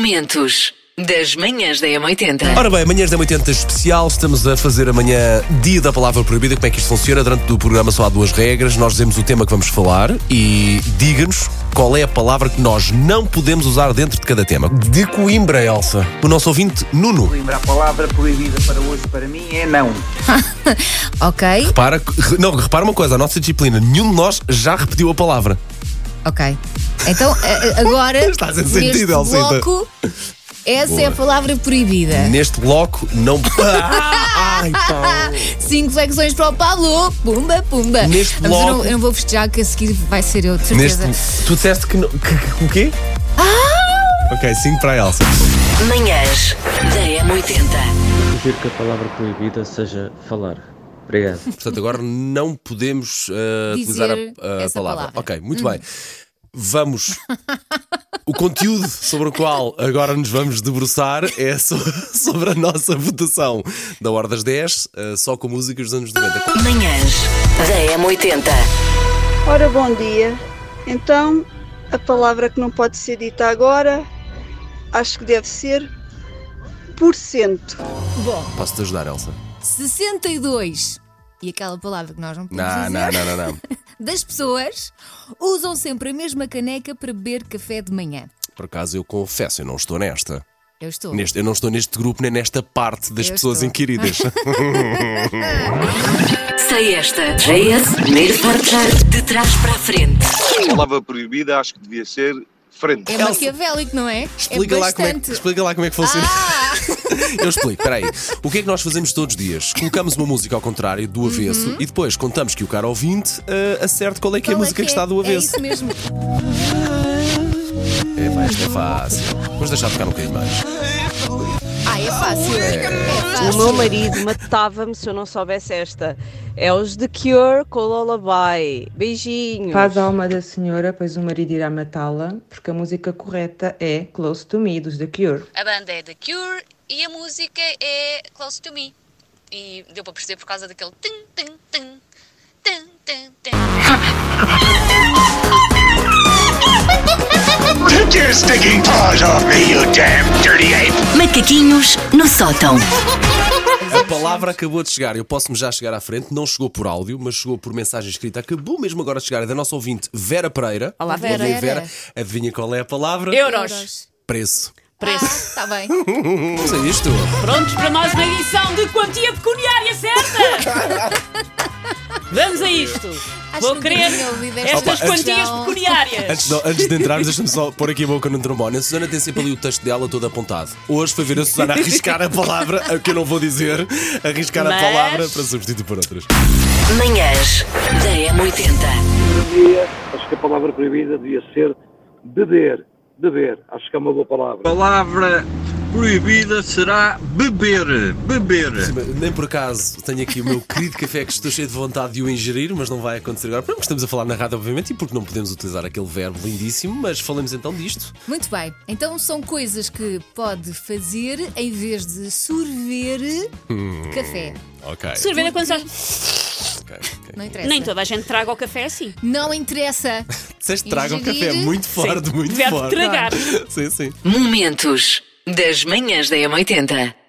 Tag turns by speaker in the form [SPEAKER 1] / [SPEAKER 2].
[SPEAKER 1] Momentos das manhãs da M80.
[SPEAKER 2] Ora bem, amanhã da 80 especial, estamos a fazer amanhã Dia da Palavra Proibida. Como é que isto funciona? Durante o programa só há duas regras. Nós dizemos o tema que vamos falar e diga-nos qual é a palavra que nós não podemos usar dentro de cada tema. De Coimbra, Elsa. O nosso ouvinte, Nuno.
[SPEAKER 3] Coimbra, a palavra proibida para hoje para mim é não.
[SPEAKER 4] Ok,
[SPEAKER 2] Repara, que- re- não, repara uma coisa, a nossa disciplina, nenhum de nós já repetiu a palavra.
[SPEAKER 4] ok. Então a- a- agora
[SPEAKER 2] Está sem sentido,
[SPEAKER 4] neste
[SPEAKER 2] Elcita.
[SPEAKER 4] bloco, essa é a palavra proibida.
[SPEAKER 2] Neste bloco, não. Ah, ai, pá.
[SPEAKER 4] Cinco flexões para o Pablo. Pumba, pumba.
[SPEAKER 2] Neste
[SPEAKER 4] Mas eu,
[SPEAKER 2] bloco-
[SPEAKER 4] não, eu não vou festejar que a seguir vai ser eu, de
[SPEAKER 2] Neste,
[SPEAKER 4] certeza.
[SPEAKER 2] tu disseste que, não- que- que- O quê? Ok, 5 para a Elsa.
[SPEAKER 1] Manhãs da M80.
[SPEAKER 5] Prefiro que a palavra proibida seja falar. Obrigado.
[SPEAKER 2] Portanto, agora não podemos eh,
[SPEAKER 4] Dizer
[SPEAKER 2] utilizar a, a
[SPEAKER 4] essa
[SPEAKER 2] palavra.
[SPEAKER 4] palavra. Uhum.
[SPEAKER 2] Ok, muito bem. Vamos. O conteúdo sobre o qual agora nos vamos debruçar é so- sobre a nossa votação da Hora das 10, eh, só com músicas dos anos 90.
[SPEAKER 1] Manhãs da M80.
[SPEAKER 6] Ora, bom dia. Então, a palavra que não pode ser dita agora, acho que deve ser por cento.
[SPEAKER 4] Ah!
[SPEAKER 2] Posso-te ajudar, Elsa?
[SPEAKER 4] 62. E aquela palavra que nós não podemos
[SPEAKER 2] Não,
[SPEAKER 4] dizer.
[SPEAKER 2] não, não, não, não.
[SPEAKER 4] Das pessoas usam sempre a mesma caneca para beber café de manhã.
[SPEAKER 2] Por acaso eu confesso, eu não estou nesta.
[SPEAKER 4] Eu estou.
[SPEAKER 2] Neste, eu não estou neste grupo nem nesta parte das
[SPEAKER 4] Eu
[SPEAKER 2] pessoas
[SPEAKER 4] estou.
[SPEAKER 2] inquiridas.
[SPEAKER 1] Sei esta. JS, primeiro forjar de trás para a frente.
[SPEAKER 7] A palavra proibida acho que devia ser frente.
[SPEAKER 4] É
[SPEAKER 2] Elsa,
[SPEAKER 4] maquiavélico, não é?
[SPEAKER 2] Explica,
[SPEAKER 4] é
[SPEAKER 2] lá como é,
[SPEAKER 4] bastante. Ah!
[SPEAKER 2] que- explica lá como é que funciona. Eu explico, peraí. O que é que nós fazemos todos os dias? Colocamos uma música ao contrário, do avesso, e depois contamos que o cara ouvinte eh, acerte qual é que é a
[SPEAKER 4] Uhum. Qual
[SPEAKER 2] música que, está do
[SPEAKER 4] É
[SPEAKER 2] avesso.
[SPEAKER 4] isso mesmo.
[SPEAKER 2] É, pá, isto é fácil. Vamos deixar tocar um bocadinho mais.
[SPEAKER 4] Ah, é fácil. É fácil.
[SPEAKER 8] O meu marido matava-me se eu não soubesse esta. É os The Cure com Lullaby. Beijinhos.
[SPEAKER 9] Paz a alma da senhora, pois o marido irá matá-la, porque a música correta é Close to Me, dos The Cure.
[SPEAKER 10] A banda é The Cure e a música é Close to Me. E deu para perceber por causa daquele tim, tim, tim, tim, tim, tim.
[SPEAKER 11] Take your stinking paws off me, you damn dirty ape!
[SPEAKER 1] Macaquinhos no sótão.
[SPEAKER 2] A palavra acabou de chegar, eu posso-me já chegar à frente, não chegou por áudio, mas chegou por mensagem escrita. Acabou mesmo agora de chegar, é da nossa ouvinte Vera Pereira.
[SPEAKER 4] Olá,
[SPEAKER 2] Bom dia,
[SPEAKER 4] Vera.
[SPEAKER 2] Vera. Adivinha qual é a palavra?
[SPEAKER 4] Euros.
[SPEAKER 2] Preço.
[SPEAKER 12] Ah,
[SPEAKER 4] Preço.
[SPEAKER 12] tá
[SPEAKER 4] Está bem.
[SPEAKER 2] Vamos a isto.
[SPEAKER 12] Prontos para mais uma edição É um de Quantia Pecuniária Certa? Vamos a isto.
[SPEAKER 4] Acho
[SPEAKER 12] Vou
[SPEAKER 4] que
[SPEAKER 12] querer
[SPEAKER 4] nunca tinha ouvido esta
[SPEAKER 12] estas
[SPEAKER 2] Opa, antes-
[SPEAKER 12] quantias
[SPEAKER 4] Não.
[SPEAKER 12] pecuniárias.
[SPEAKER 2] Antes, não, antes de entrarmos, deixa-me só pôr aqui a boca no trombone. A Susana tem sempre ali o texto dela todo apontado. Hoje foi ver a Susana arriscar a palavra, a que eu não vou dizer, arriscar a
[SPEAKER 12] Mas-
[SPEAKER 2] palavra para substituir por outras.
[SPEAKER 1] Manhãs da M80.
[SPEAKER 3] Acho que a palavra proibida devia ser beber. Beber, acho que é uma boa palavra.
[SPEAKER 5] palavra proibida será beber. Beber.
[SPEAKER 2] Nem por acaso tenho aqui o meu querido café que estou cheio de vontade de o ingerir, mas não vai acontecer agora. Porque estamos a falar na rádio, obviamente, e porque não podemos utilizar aquele verbo lindíssimo, mas falamos então disto.
[SPEAKER 4] Muito bem. Então são coisas que pode fazer em vez de sorver
[SPEAKER 12] Hum.
[SPEAKER 4] café.
[SPEAKER 2] Ok.
[SPEAKER 12] Sorvendo quando estás...
[SPEAKER 2] ok, ok.
[SPEAKER 4] Não interessa.
[SPEAKER 12] Nem toda a gente traga o café assim.
[SPEAKER 4] Não interessa.
[SPEAKER 2] Disseste traga um
[SPEAKER 4] Ingerir-
[SPEAKER 2] café muito forte, muito
[SPEAKER 12] verbo
[SPEAKER 2] forte.
[SPEAKER 12] tragar.
[SPEAKER 2] Sim, sim.
[SPEAKER 1] Momentos das manhãs da M80.